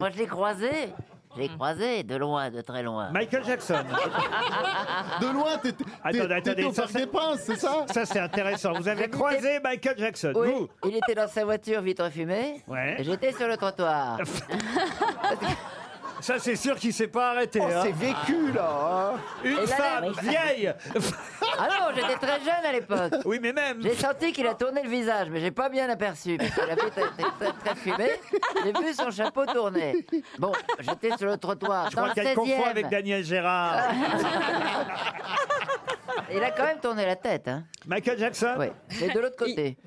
Moi, je l'ai croisé. Je l'ai croisé de loin, de très loin. Michael Jackson. De loin, t'étais Attendez, t'étais attendez, au ça, Parc ça- des Princes, c'est ça Ça, c'est intéressant. Vous avez croisé Michael Jackson, Oui, vous il était dans sa voiture vitre fumée. Ouais. et J'étais sur le trottoir. Ça, c'est sûr qu'il s'est pas arrêté. hein. C'est vécu, là hein. Une Et la femme lèvre. vieille Ah non, j'étais très jeune à l'époque. Oui, mais même J'ai senti qu'il a tourné le visage, mais j'ai pas bien aperçu. Parce que la pute était très, très fumée. J'ai vu son chapeau tourner. Bon, j'étais sur le trottoir. Je dans crois le qu'elle confond 16e. avec Daniel Gérard. Il a quand même tourné la tête. Hein. Michael Jackson Ouais. Mais de l'autre côté.